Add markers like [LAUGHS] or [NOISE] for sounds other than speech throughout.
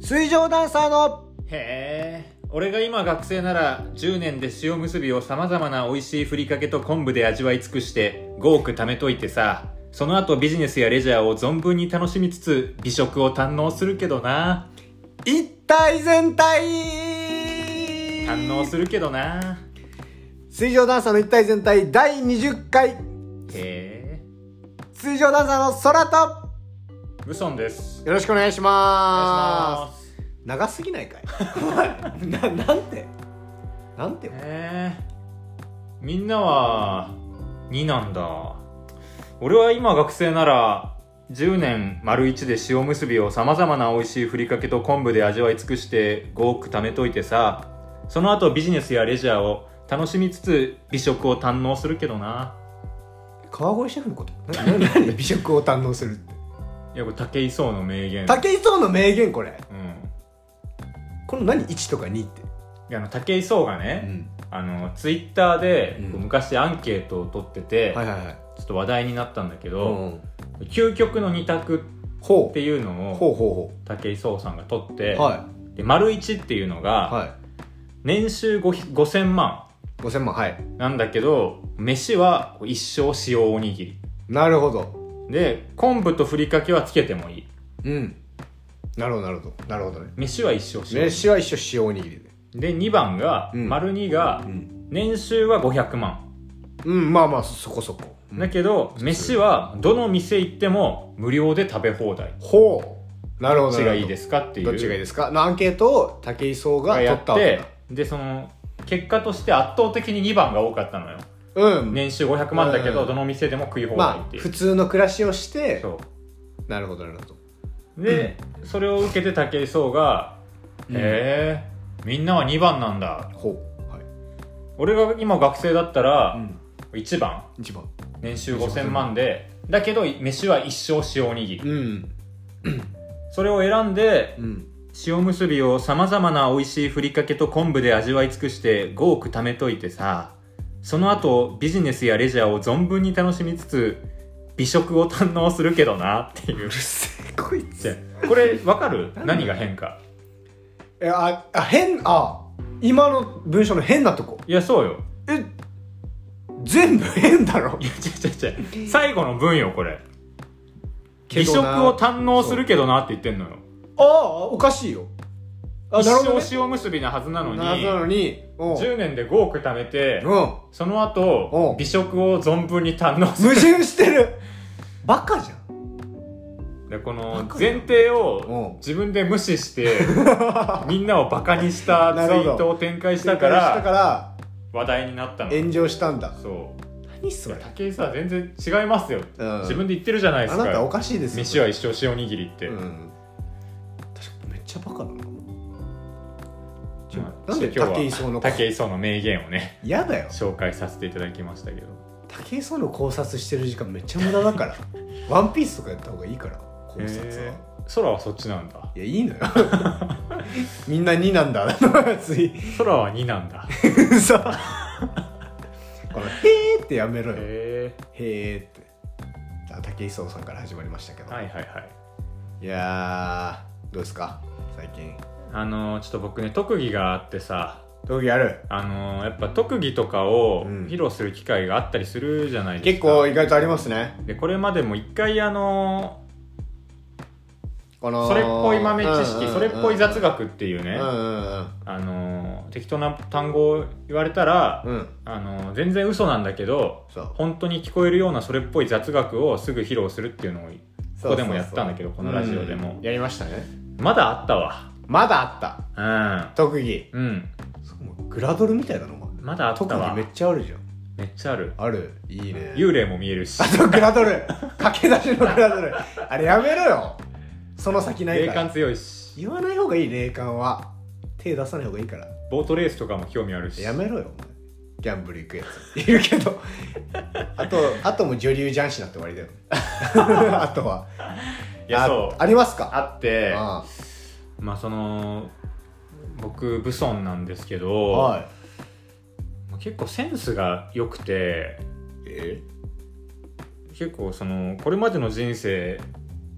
水上ダンサーのへえ俺が今学生なら10年で塩むすびをさまざまな美味しいふりかけと昆布で味わい尽くして5億貯めといてさその後ビジネスやレジャーを存分に楽しみつつ美食を堪能するけどな一体全体堪能するけどな水上ダンサーの一体全体第20回へえ水上ダンサーの空とウソンですよろしくお願いしおま願いしますす長すぎないかいお [LAUGHS] 前ななんてなんてへえみんなは2なんだ俺は今学生なら10年丸1で塩むすびをさまざまな美味しいふりかけと昆布で味わい尽くして5億貯めといてさその後ビジネスやレジャーを楽しみつつ美食を堪能するけどな川越シェフのこと [LAUGHS] なな何美食を堪能するっていやこれ武井壮の名言武井壮の名言これうんこの何1とか2っていやあの武井壮がね、あのツイッターでうんこう昔アンケートを取ってて、はいはいはいちょっと話題になったんだけうんど、うん究極の2択ってっほうていうのほをうほ武井壮さんが取って、うほうはで丸一っていうのいがは年収5 5000万い5000万はいなんだけど飯は一生塩おにぎりなるほどで昆布とふりかけはつけてもいいうんなるほどなるほどなるほどね飯は一生塩おにぎ飯は一緒塩おにぎりでりで2番が、うん丸2がうん、年収は500万うん、まあまあそこそこ、うんだけど、飯はどの店行っても無料で食べ放題ほうなるほどどなるほっちどがいいですかっていうどっちがいいですかのアンケートを武井壮が取やっったわけてだでその結果として圧倒的に2番が多かったのようん、年収500万だけうどんどの店でも食い放題まっあていう、普通の暮らしをしてそうなるほどなるほどで、それを受けて武井壮が「うんへえみんなは2番なんだほうはい、」俺が今学生だったうらん、 1番一番年収5000万でだけど飯は一生塩おにぎりうんそれを選んでうん塩むすびをさまざまな美味しいふりかけと昆布で味わい尽くして5億貯めといてさその後ビジネスやレジャーを存分に楽しみつつ美食を堪能するけどなっていううるせえこいつじゃあこれわかる何が変化えああ変あ今の文章の変なとこいやそうよえ全部変だろいや、違う違う違う。最後の文よ、これ。け美ど食なを堪能するけどなって言ってんのよ。ああおかしいよあ一なるほど、ね、生塩むすびなはずなのに、なのにうん10年で5億貯めて、うんそのお後う、美食を存分に堪能す矛盾してる [LAUGHS] バカじゃんる。でこのバカだ前提おうを自分で無視して、 [LAUGHS] みんなをバカにしたツイートを展開したかだら、から話題になったの。炎上したんだそう。何それ武井さん、全然違いますよ。うん自分で言ってるじゃないであすなたおか。かしいですよ飯は一生塩おにぎりって。うん確かにめっちゃバカだなちょまあなんでちょっと今日武は井壮の武井壮の名言をね。 [LAUGHS] 嫌だよ紹介させていただきましたけど武井壮の考察してる時間めっちゃ無駄だ [LAUGHS] からワンピースとかやった方がいいから考察へはー空はそっちなんだいやいいのよ [LAUGHS] みんな2なんだ次空は2なんださこの「へーってやめろよへへーってあ武井壮さんから始まりましたけど、えはいはいはいい、やーどうですか最近あのーちょっと僕ね特技があってさ特技あるあのーやっぱ特技とかをうん披露する機会があったりするじゃないで結すか、構意外とありますねでこれまでも一回あのこーのそれっぽい豆知識、それっぽい雑が学っていううね、んうんあのー適当な単語を言われたら、うんうんあのー全然嘘なんだけどそう本当に聞こえるようなそれっぽい雑学をすぐ披露するっていうのをここでもやったんだけどそうこそうそうのラジオでもうんやりましたねまだあったわまだあったう特技んうんグラドルみたいなのもまだあった特技わめめっちゃあるじゃんっちゃあるあるいいね幽霊も見え [LAUGHS] るしあとグラドル駆け出しのグラドルあれやめろよその先ない霊から感強いし言わない方がいい霊感は手出さない方がいいからボートレースとかも興味あるしやめろよお前ギャンブル行くやつ言うけどあとあともう女流雀士だって終わりだ [LAUGHS] よあとはいやあそうありますかあってあまあその僕武尊なんですけあど、はい結構センスが良くてえ結構そのこれまでの人生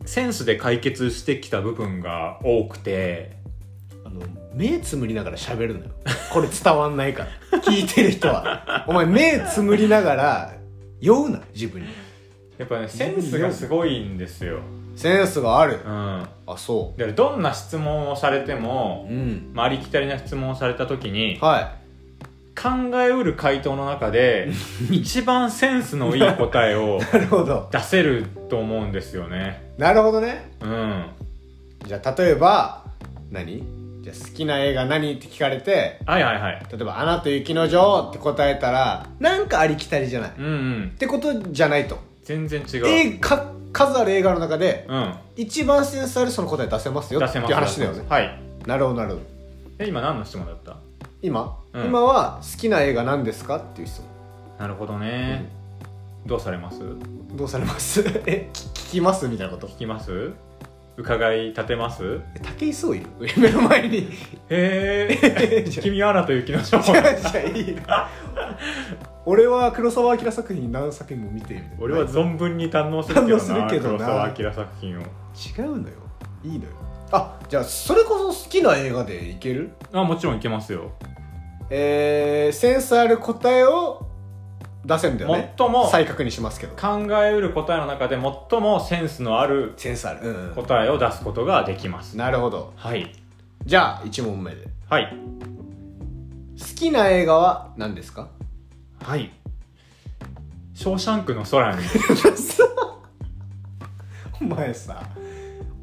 センスで解決してきた部分が多くて目つむりながら喋るのよこれ伝わんないから聞いてる人はお前目つむりながら酔うな自分にやっぱねセンスがすごいんですよセンスがあるうんあそだからどんな質問をされてもう、うんまあ、ありきたりな質問をされた時には考えうる回答の中 [LAUGHS] で一番センスのいい答えをいなるほど出せると思うんですよねなるほどねうんじゃあ例えば何じゃあ好きな映画何って聞かれてはいはいはい例えば「アナと雪の女王」って答えたらなんかありきたりじゃない、っうんうんてことじゃないと全然違う、映画数ある映画の中でうん一番センスあるその答え出せますよ出ってせいまうす話だよねはいなるほどなるほどえ今何の質問だった今、うん今は好きな映画何ですかっていう質問なるほどね、どうされますどうされますえ聞聞きますみたいなこと聞きます伺い立てますえ武井壮いる目の前にへ [LAUGHS] えじゃあ君アナと雪の女じゃ王あじゃあいいよ俺は黒澤明作品何作品も見てみたいな俺は存分に堪能するけど堪能すなるけどな黒澤明作品を違うのよいいのよあじゃあそれこそ好きな映画でいけるあもちろんいけますよえー、センスある答えを出せるんだよね最も再確認しますけど考えうる答えの中で最もセンスのあるセンスある、うんうん、答えを出すことができますなるほどはいじゃあ1問目ではい好きな映画は何です [LAUGHS] かはい「ショーシャンクの空にお前さ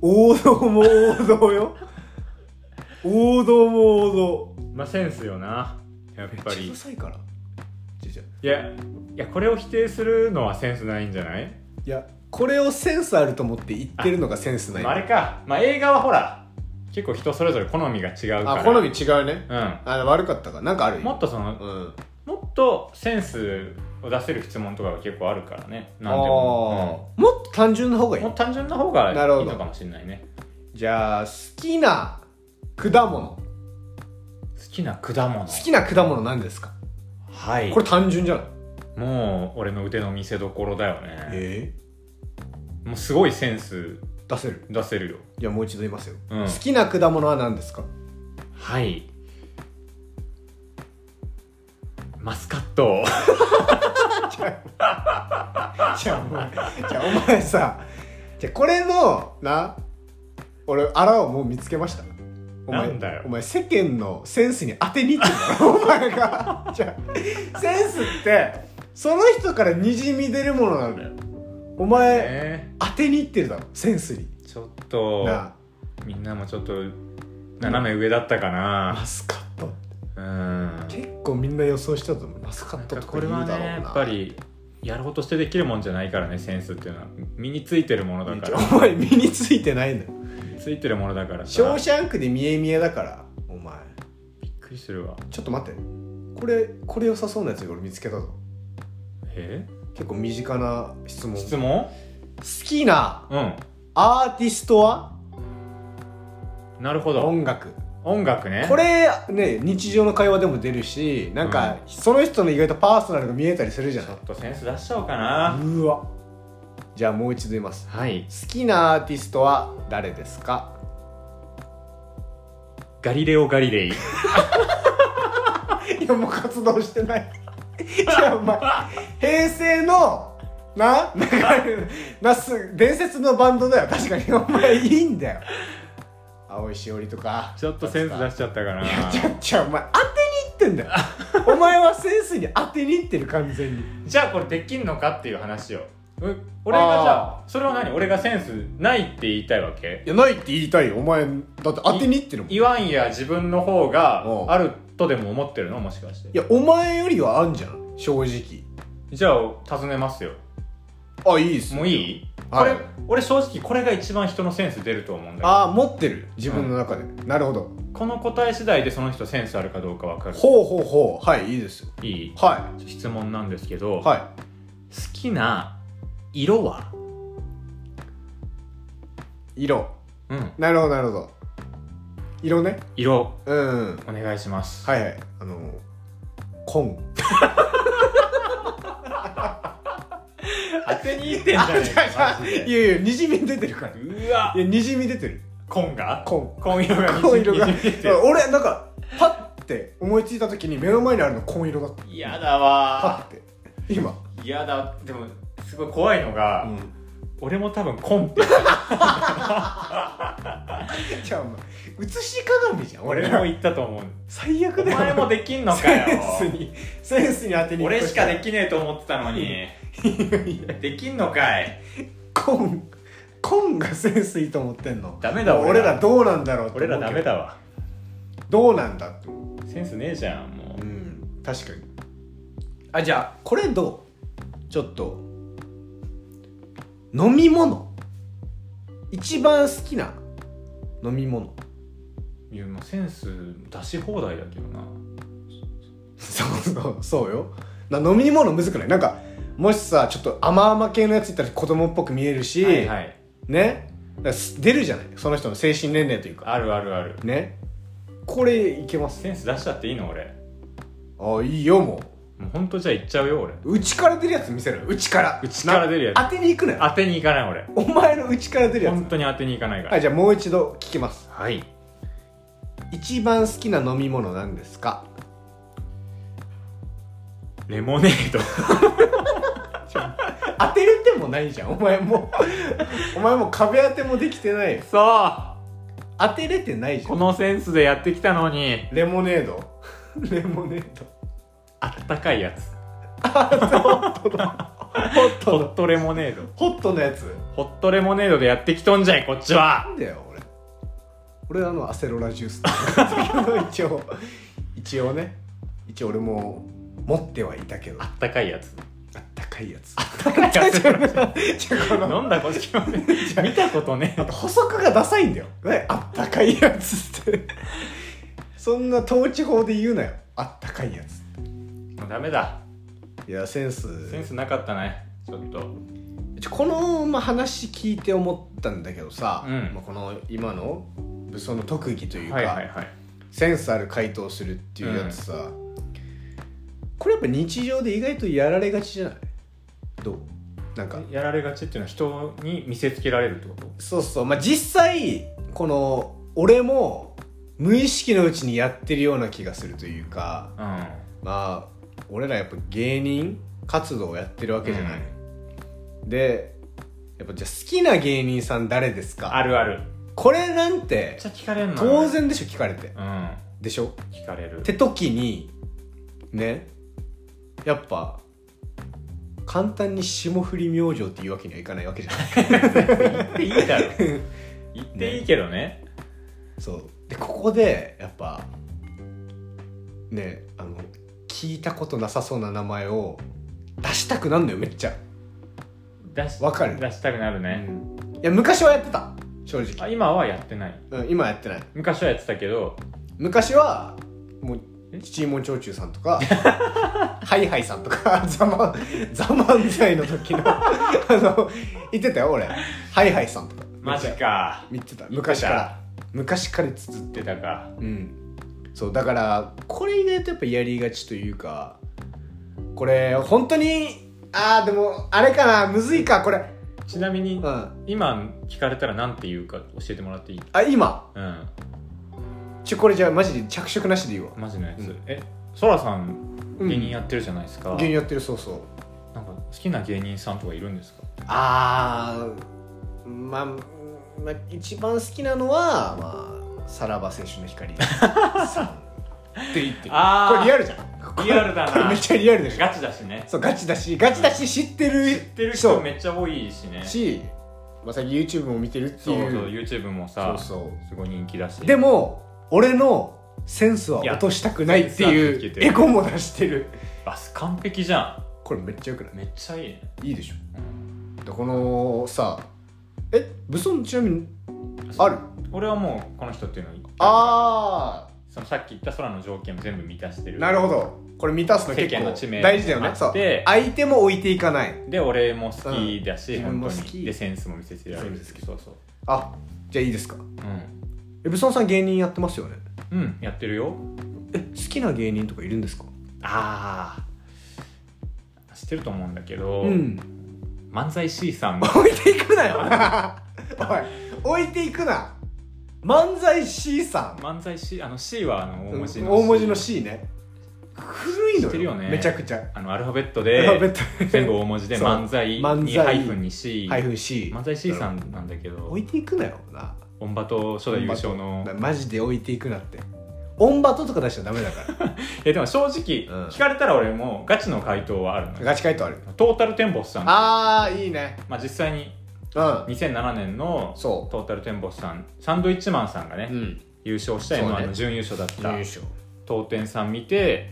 王道も王道よ王道も王道」 [LAUGHS] まあセンスよなやっぱめっちゃりダサいからじゃじゃいやいやこれを否定するのはセンスないんじゃないいやこれをセンスあると思って言ってるのがセンスないまあ、あれか、まあ、映画はほら結構人それぞれ好みが違うからあ好み違うねうあ悪かったかなんかあるんもっとそのうんもっとセンスを出せる質問とかが結構あるからねあーなんでも、もっと単純な方がういんいもう単純な方がいなるほどいのかもしれないねじゃあ好きな果物好好きな果物きな果物何ですかはいこれ単純じゃないもう俺の腕の見せ所だよねえもうすごいセンスえ出せる出せるよじゃあもう一度言いますよ、うん好きな果物は何ですかはいマスカットじゃあお前じゃあお前さじゃあこれのな俺あらをもう見つけましたお前なんだよお前世間のセンスに当てにいってんだろお前が [LAUGHS] じゃあセンスってその人からにじみ出るものなんだよお前ね当てにいってるだろセンスにちょっとなみんなもちょっと斜め上だったかあなマスカットうん結構みんな予想したと思うマスカなッんトかとかこ言れうだろはうねなやっぱりやろうとしてできるもんじゃないからねセンスっていうのは身についてるものだかいやらお前身についてないのよついてるものだから「ショさーシャンク」で見え見えだからお前びっくりするわちょっと待ってこれこれ良さそうなやつ俺見つけたぞえ結構身近な質問質問好きなうんアーティストはなるほど音楽音楽ねこれね日常の会話でも出るしなんか、その人の意外とパーソナルが見えたりするじゃちょっとセンス出しちゃおうかなんうわじゃあもう一度言いますはい好きなアーティストは誰ですかガリレオ・ガリレイいやもう活動してないいやお前平成のななんかなす伝説のバンドだよ確かにお前いいんだよ青いしおりとかちょっとセンス出しちゃったかないやちょちょお前当てにいってんだよお前はセンスに当てにいってる完全にじゃあこれできんのかっていう話をう俺がじゃあそれは何俺がセンスないって言いたいわけいやないって言いたいよお前だって当てにいってるもんい言わんや自分の方がうんあるとでも思ってるのもしかしてやお前よりはあんじゃん正直じゃあ尋ねますよあいいっすもういいこはいれ俺正直これが一番人のセンス出ると思うんだけどああ持ってる自分の中で、なるほどこの答え次第でその人センスあるかどうか分かるほうほうほうはいいいですよいいは質問なんですけど、いは好きな色はい色うんなるほどなるほど色ね色うんうんお願いします、はいはいあの紺当てにいってんじゃねえかマジいでやいやにじみ出てるからうわいやにじみ出てる紺が紺紺色が紺色がにじみ出てる俺なんかパッて思いついた時に目の前にあるの紺色だった嫌だパわッて今、ー嫌だでもすごい怖いのが、うん、俺も多分紺って言ったじゃあお前映し鏡じゃん俺俺らも言ったと思う最悪おだよ前もできんのかセよンスにセンスに当てに俺しかでききねえと思ってたの [LAUGHS] にできんのかい紺紺がセンスいいと思ってんのダメだ俺らどうなんだろうって思う俺らダメだわどうなんだって思センスねえじゃんもううん確かにあじゃあこれどうちょっと飲み物一番好きな飲み物ういやもうセンス出し放題だけどなそうそうそうよな飲み物むずくないなんかもしさちょっと甘々系のやついったら子供っぽく見えるし、はいはいねだからす出るじゃないその人の精神年齢というかあるあるあるねこれいけますセンス出しちゃっていいの俺あいいよももうほんとじゃあ行っちゃうよ俺ううちから出るやつ見せるうちから内から出るやつな当てに行くなよ当てに行かないお前のうちから出る俺や本つ当に当てに行かないかはいらじゃあもう一度聞きますはい一番好きな飲み物なんですかレモ [LAUGHS] ネード当てれてもないじゃんお前も [LAUGHS] うお前もう壁当てもできてないよそ当てれてないじうゃこんのセンスでやってきたのにレモネード [LAUGHS] レモネードあったかいやつホッホトのットレモネードホットのやつホットレモネードでやってきとんじゃいこっちはなんだよ俺俺あのアセロラジュースって [LAUGHS] いう一応一応ね一応俺も持ってはいたけどああったかいやっつたかいやつ高いやつ [LAUGHS] じゃあこの飲んだことはね見たことねあと補足がダサいんだよ、ね、あったかいやつってそんな統治法で言うなよあったかいやつもうダメだいやセンスセンスなかったねちょっとちょこの、まあ、話聞いて思ったんだけどさ、うんまあ、この今の武装の特技というか、はいはいはいセンスある回答するっていうやつさ、これやっぱ日常で意外とやられがちじゃないどうなんかやられがちっていうのは人に見せつけられるってことそうそうまあ実際この俺も無意識のうちにやってるような気がするというかうんはまあ俺らやっぱ芸人活動をやってるわけじゃない、でやっぱじゃあ好きな芸人さん誰ですあかるあるこれなんめてっちゃ聞かれるの当然でしょ聞かれてうんでしょ聞かれ [LAUGHS] るって時にねやっぱ簡単に霜降り明星っていうわけにはいかないわけじゃない [LAUGHS] 言っていいだ [LAUGHS] ろ言っていいけどねそうでここでやっぱねあの聞いたことなさそうな名前を出したくなんのよめっちゃ、出しわかる出したくなるね、うんいや昔はやってた正あ直、今はやってないうん、今はやってない昔はやってたけど昔はもうえ七右衛門鳥中さんとか [LAUGHS] ハイハイさんとか [LAUGHS] ザマザマンザイの時 [LAUGHS] のあの言ってたよ俺ハイハイさんとかマジか見てた言ってた昔から昔からつつ言ってたかうんそうだからこれ意外とやっぱやりがちというかこれ本当にああでもあれかなむずいかこれちなみうにんあ今聞かれたらなんて言うか教えてもらっていい今うんちょこれじゃあマジで着色なしでいいわマジのやつ、うんえそらさん芸人やっってるじゃないですか、うん、芸人やってるそうそうなんか好きな芸人さんとかいるんですかあーまあ、まあ、一番好きなのは、まあ、さらば青春の光さんって言ってるあーこれリアルじゃんリアルだなこ [LAUGHS] れめっちゃリアルでしょガチだしねそうガチだしガチだし知ってる知ってる人めっちゃ多いし人ねそうし、まあ、最近 YouTube も見てるってそういう YouTube もさそうすごい人気だしそうでも俺のセンスは落としたくないっていやセンスは落としいうてるエゴも出してるバス完璧じゃこれめっちゃよくなんめっちゃいいね、いいいでしょでこのさえ武装ちなみにそあうる俺はもうこの人っていうのああそのさっき言った空の条件も全部満たしてるなるほどこれ満たすの結世間の知構名度大事だよもあねってそう相手も置いていかないで俺も好きだし、うん自分本当も好にきでセンスも見せてやるんですけどそうあじゃあいいですかそううエブソンさん芸人やってますよねん、うん、やってるよえ好きな芸人とかいるんですかああ知ってると思うんだけど、うん [LAUGHS] 漫才 C さん置いていくなよおい置いていくな漫才 C さん [LAUGHS] 漫才 C あの C はあの大文字の大 C 文字の C ね古い知っのてるよねめちゃくちゃあのアルファベットア [LAUGHS] ルファベでット全部大文字でそう漫才漫に才ハイフンに C ハイフン C 漫才 C さんなんだけど置いていくなよなオンバト初代優勝のだからマジで置いていくなってオンバトとか出しちゃダメだからえでも正直、うん聞かれたら俺もガチの回答はあるのよガチ回答あるトータルテンボスさんああいいねまあ、実際にうん2007年のそトータルテンボスさんサンドイッチマンさんがね、ううん優勝したそうね m あの準優勝だった優勝当店さん見て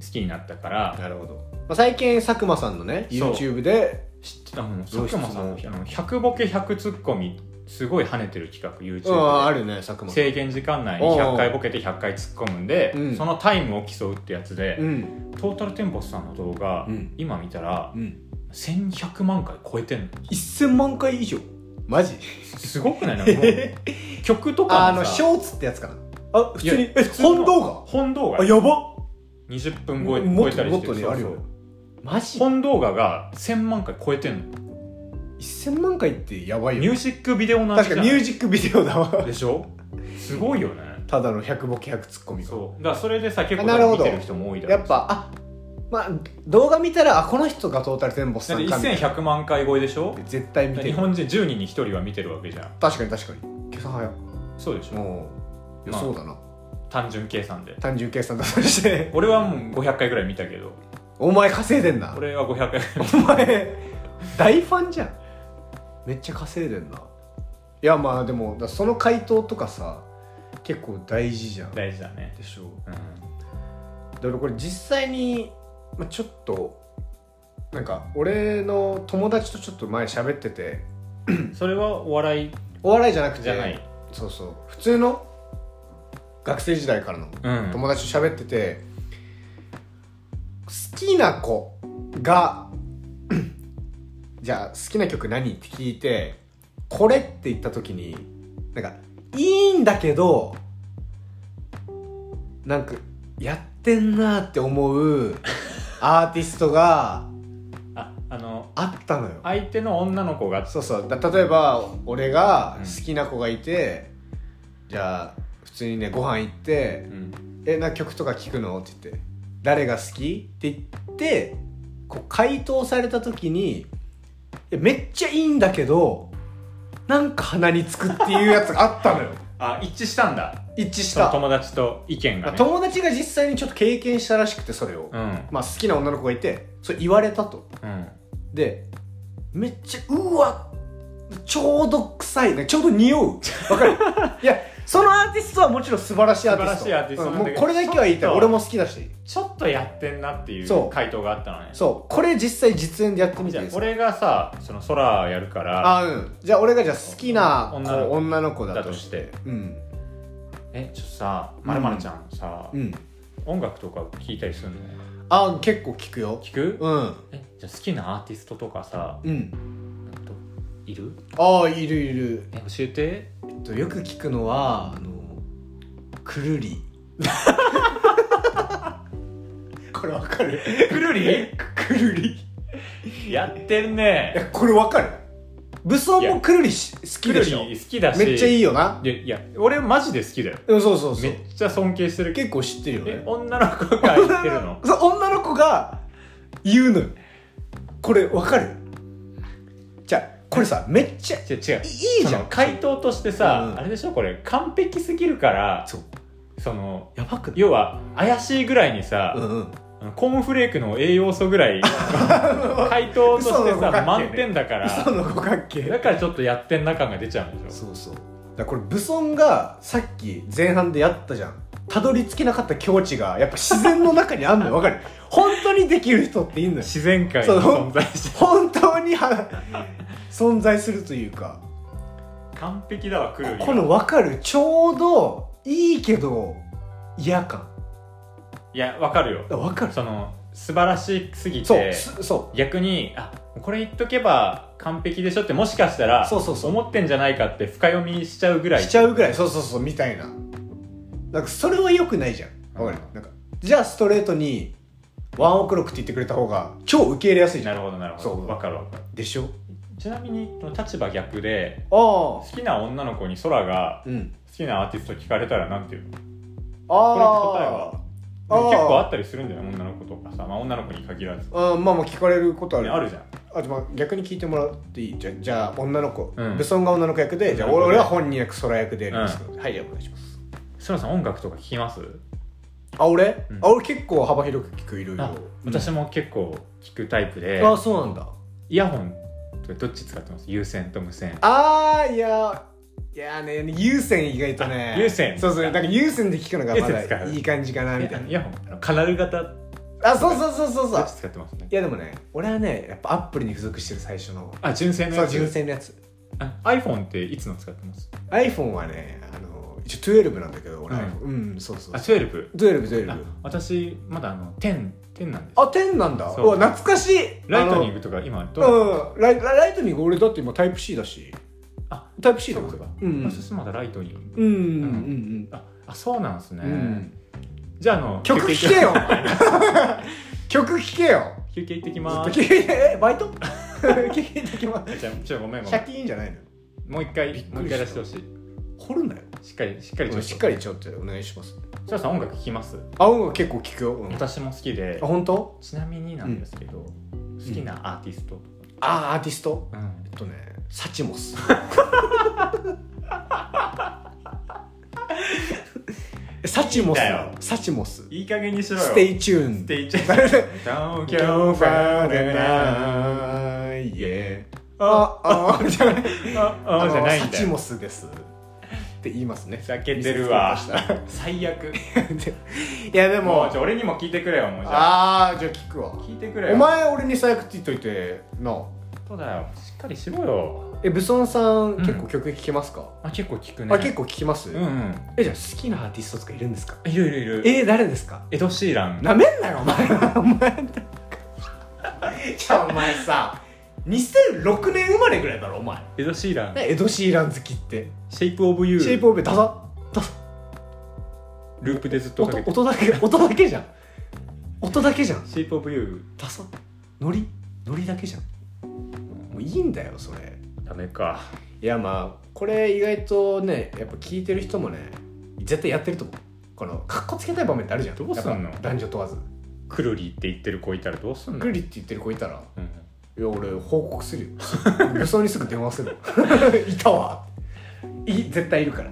好きになったからなるほど、まあ、最近佐久間さんのねそう YouTube で知ってたの佐どういう質久間問さんあの100ボケ100ツッコミすごい跳ねてる企画うんあ YouTube るね佐久間さでん制限時間内に100回ボケて100回ツッコむんで、うんそのタイムを競うってやつで、うんトータルテンボスさんの動画、うん今見たらうん1100万回超えてんの1000万回以上マジす [LAUGHS] ごくないなんかもう曲とあかのもシさョーツってやつかなあ普通いにやえ普通の本動本動画あ画やば20分超えも超っえたとりもしってとねそうあるよそうマジ本動画が1000万回超えてんの1000万回ってやばいミュよージックビデオな確かミュージックビデオだわでしょすごいよねただの100ボケ100ツッコミがそうだからそれでさ結なるほ構ど見てる人も多いだろやうっぱあまあ動画見たらあこの人がトータルテンボスさだってんかみたいな1100万回超えでしょ絶対見て日る本人10人に1人は見てるわけじゃん確かに確かに今朝早いそうでしょもういやまあそうだな単純計算で単純計算だとして [LAUGHS] 俺はもう500回ぐらい見たけどお前稼いでんな俺は500回お前大ファンじゃんめっちゃ稼いでんないやまあでもだその回答とかさ結構大事じゃんで大事だねしょうんだからこれ実際に、まあ、ちょっとなんか俺の友達とちょっと前喋っててそれはお笑いお笑いじゃなくてじゃないそうそう普通の学生時代からのうん友達と喋ってて、好きな子が [CLEARS THROAT] じゃあ好きな曲何って聞いてこれって言った時になんかいいんだけどなんかやってんなって思うアーティストがああのあったのよ相手の女の子がそうそうだ例えば俺がうん好きな子がいて、じゃあ普通にねご飯行って、うんえな曲とか聞くの?」って言って「誰が好き?」って言ってこう回答された時にいやめっちゃいいんだけどなんか鼻につくっていうやつがあったのよあ一致したんだ [LAUGHS] 一致しそのた友達と意見がね友達が実際にちょっと経験したらしくてそれを、うんうんまあ、好きな女の子がいてそれ言われたとでめっちゃうわちょうど臭いねちょうど匂うわ [LAUGHS] かるいやそのアーティストはもちろん素晴らしいアーティスト素晴らしいアーティストうなんんもだうけどこれだけは言いたいちょっと俺も好きだしちょっとやってんなっていそうう回答があったのねそうこれ実際実演でやってみてじいゃいあですか俺がさその空やるからあうんじゃあ俺がじゃあ好きな子女の子女の子だだととししててうんえちょっとさまるまるちゃんさ、うん音楽とか聞いたりするのあ結構聞くよ聞く、うんえじゃあ好きなアーティストとかさうんどいるああいるいる、え教えてえっと、よく聞くのはあのくる [LAUGHS] りこれわかるくる [LAUGHS] りくるりやっていんねやこれわかる武装いもやくるりし好くきるでしょり好きだしめっちゃいいよないやいや俺マジで好きだようんそうそうそめうっちゃ尊敬してる結構知ってるよねえ女の子が言ってるの [LAUGHS] そう女の子が言うのよこれわかるじゃあこれさめっちゃい違う違ういいじゃそんの回答としてさ、うんあれでしょこれ完璧すぎるからそうそのやばくない要は怪しいぐらいにさう、んうんあのコーンフレークの栄養素 [LAUGHS] ぐらい回答として嘘の五角さ形ね満点だから嘘の五角形だからちょっとやってんな感が出ちゃうんでしそうそうだからこれ武尊がさっき前半でやったじゃんたどり着けなかった境地がやっぱ自然の中にあん [LAUGHS] のよわかる本当にできる人っていいのょよ自然界にそう存在して本当に [LAUGHS] は存在するというか完璧だわくるりこのわかるちょうどいいけど嫌感いやわかるよわかるその素晴らしすぎそうてすそう逆にあこれ言っとけば完璧でしょってもしかしたらそうそうそう思ってんじゃないかって深読みしちゃうぐらいしちゃうぐらいそうそうそうみたいななんかそれは良くないじゃんわかるなんかじゃあストレートに「ワンオクロック」って言ってくれた方が超受け入れやすいじゃなんるほどなるほそどうわかるわかるでしょちなみに立場逆であ好きな女の子に空があうん好きなアーティスト聞かれたらなんていうのああこれって答えは結あー構あったりするんだよね女の子とかさ、まあ、女の子に限らず、ね、あーまあまあ聞かれることあるあるじゃんあでも逆に聞いてもらっていいじゃあじゃあ女の子、うん武尊が女の子役でじゃあなるほど俺は本人役空役でやりますけど、はいじゃあお願いします空さん音楽とか聴きますあ俺、うんあ俺結構幅広く聞くいろいろあ私も結構聴くタイプで、あそうなんだイヤホンとかどっち使ってます有線と無線あーいやいやーね有線意外とねあ有線そうそうだから有線で聞くのがま有線使だういい感じかなみたいイなヤホンあのカナル型あそうそうそうそうそどうっち使ってますねいやでもね俺はねやっぱアップルに付属してる最初のあ純正のそやうつ純正のやつあ iPhone っていつの使ってます iPhone はねあの一応12なんだけど俺、うんうん、そうそうあ12 1212あ私まだあの10 10なんですあ、10なんだ。そううわ、懐かしい。ライトニング。グとか今どううん、ライラライトニング俺だって今タイプ C だし。あ、タイプ C そだうもかんそうかうんうん。私まだライトニングうんうんああそうなんですね、うんうん。じゃああの曲休聴憩けよ [LAUGHS] 曲聴けよ休憩行ってきずまっとー聴すいて、 [LAUGHS] え、バイ [LAUGHS] ト聞いてきまじゃあちょっとごめんごす。め借ん金いいんじゃないのもう一回びっくりしたもう一回出してほしい掘るなよ。しっかりしっかりちょっとしっかりちょっとお願いします。翔さん音楽聴きますあ、音楽結構聴くよ。うんあ、私も好きで本当？ちなみになんですけど、好きなアーティスト、あ、アーティストうんえっとね、サチモ [LAUGHS] ス。サチモスいいんだよ。サチモス。いい加減にしろよステイチューン。ステイチェ Don't [LAUGHS] Don't go find far enough a night, yeah. ああ、あ、じゃない。ああじゃないんサだチよモスです。って言いますねふ。ざけてるわ見せつけま最悪いや、でもうもじ、ゃあ俺にも聞いてくれよもうじゃああー、じゃあ聞くわ。聞いてくれよお前、俺に最悪って言っといて、な。そうだよしっかりしろよえ、武尊さん、ん結構曲聴きますかあ結構聞くねあ、結構聴きますうんうんえ、じゃあ好きなアーティストとかいるんですかいるいるいるえー、誰ですかエド・シーランなめんなよお前お前 [LAUGHS] じゃあお前さ2006年生まれぐらいだろお前エド・シーランエド・シーラン好きってシェイプ・オブ・ユシェイープ・オブ・ダサダサループでずっと音かけて音だけ音だけじゃん音だけじゃんシェイプ・オブ・ユダサノリノリだけじゃんもういいんだよそれーダメかいやまあこれ意外とねやっぱ聞いてる人もね絶対やってると思うこのかっこつけたい場面ってあるじゃんどうすんのやっぱ男女問わずクルリって言ってる子いたらどうすんのグリって言ってる子いたらうんいや俺報告す [LAUGHS] るよ予想にすぐ電話するよ [LAUGHS] いたわい絶対いるから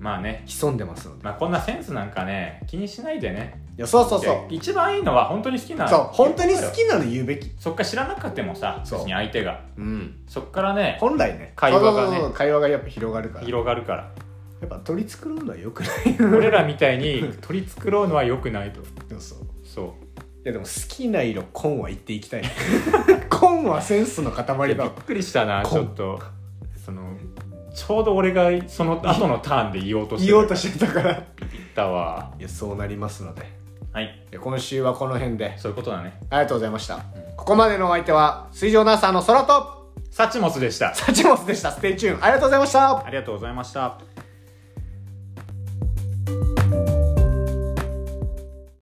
まあね潜んでますのでまあこんなセンスなんかね気にしないでねいやそうそうそうで一番いいのは本当に好きなそう本当に好きなの言うべきそっから知らなくてもさ別そうに相手がうんそっからね本来ね会話がねそうそうそう会話がやっぱ広がるからや広がるからっぱ取り繕うのはよくない [LAUGHS] 俺らみたいに取り繕うのは良くないとそうそうそいやでも好きな色紺は言っていきたい [LAUGHS] 紺はセンスのう塊いやだびわっくりしたなこんちょっとそのちょうど俺がその後のターンで言おうとして言おうとしてたからたわいやそうなりますのではいいや今週はこの辺でそういうことだねありがとうございました、ここまでのお相手は水上ナーサーの空とサチモスでしたサチモスでした。ステイチューン。ありがとうございました。ありがとうございました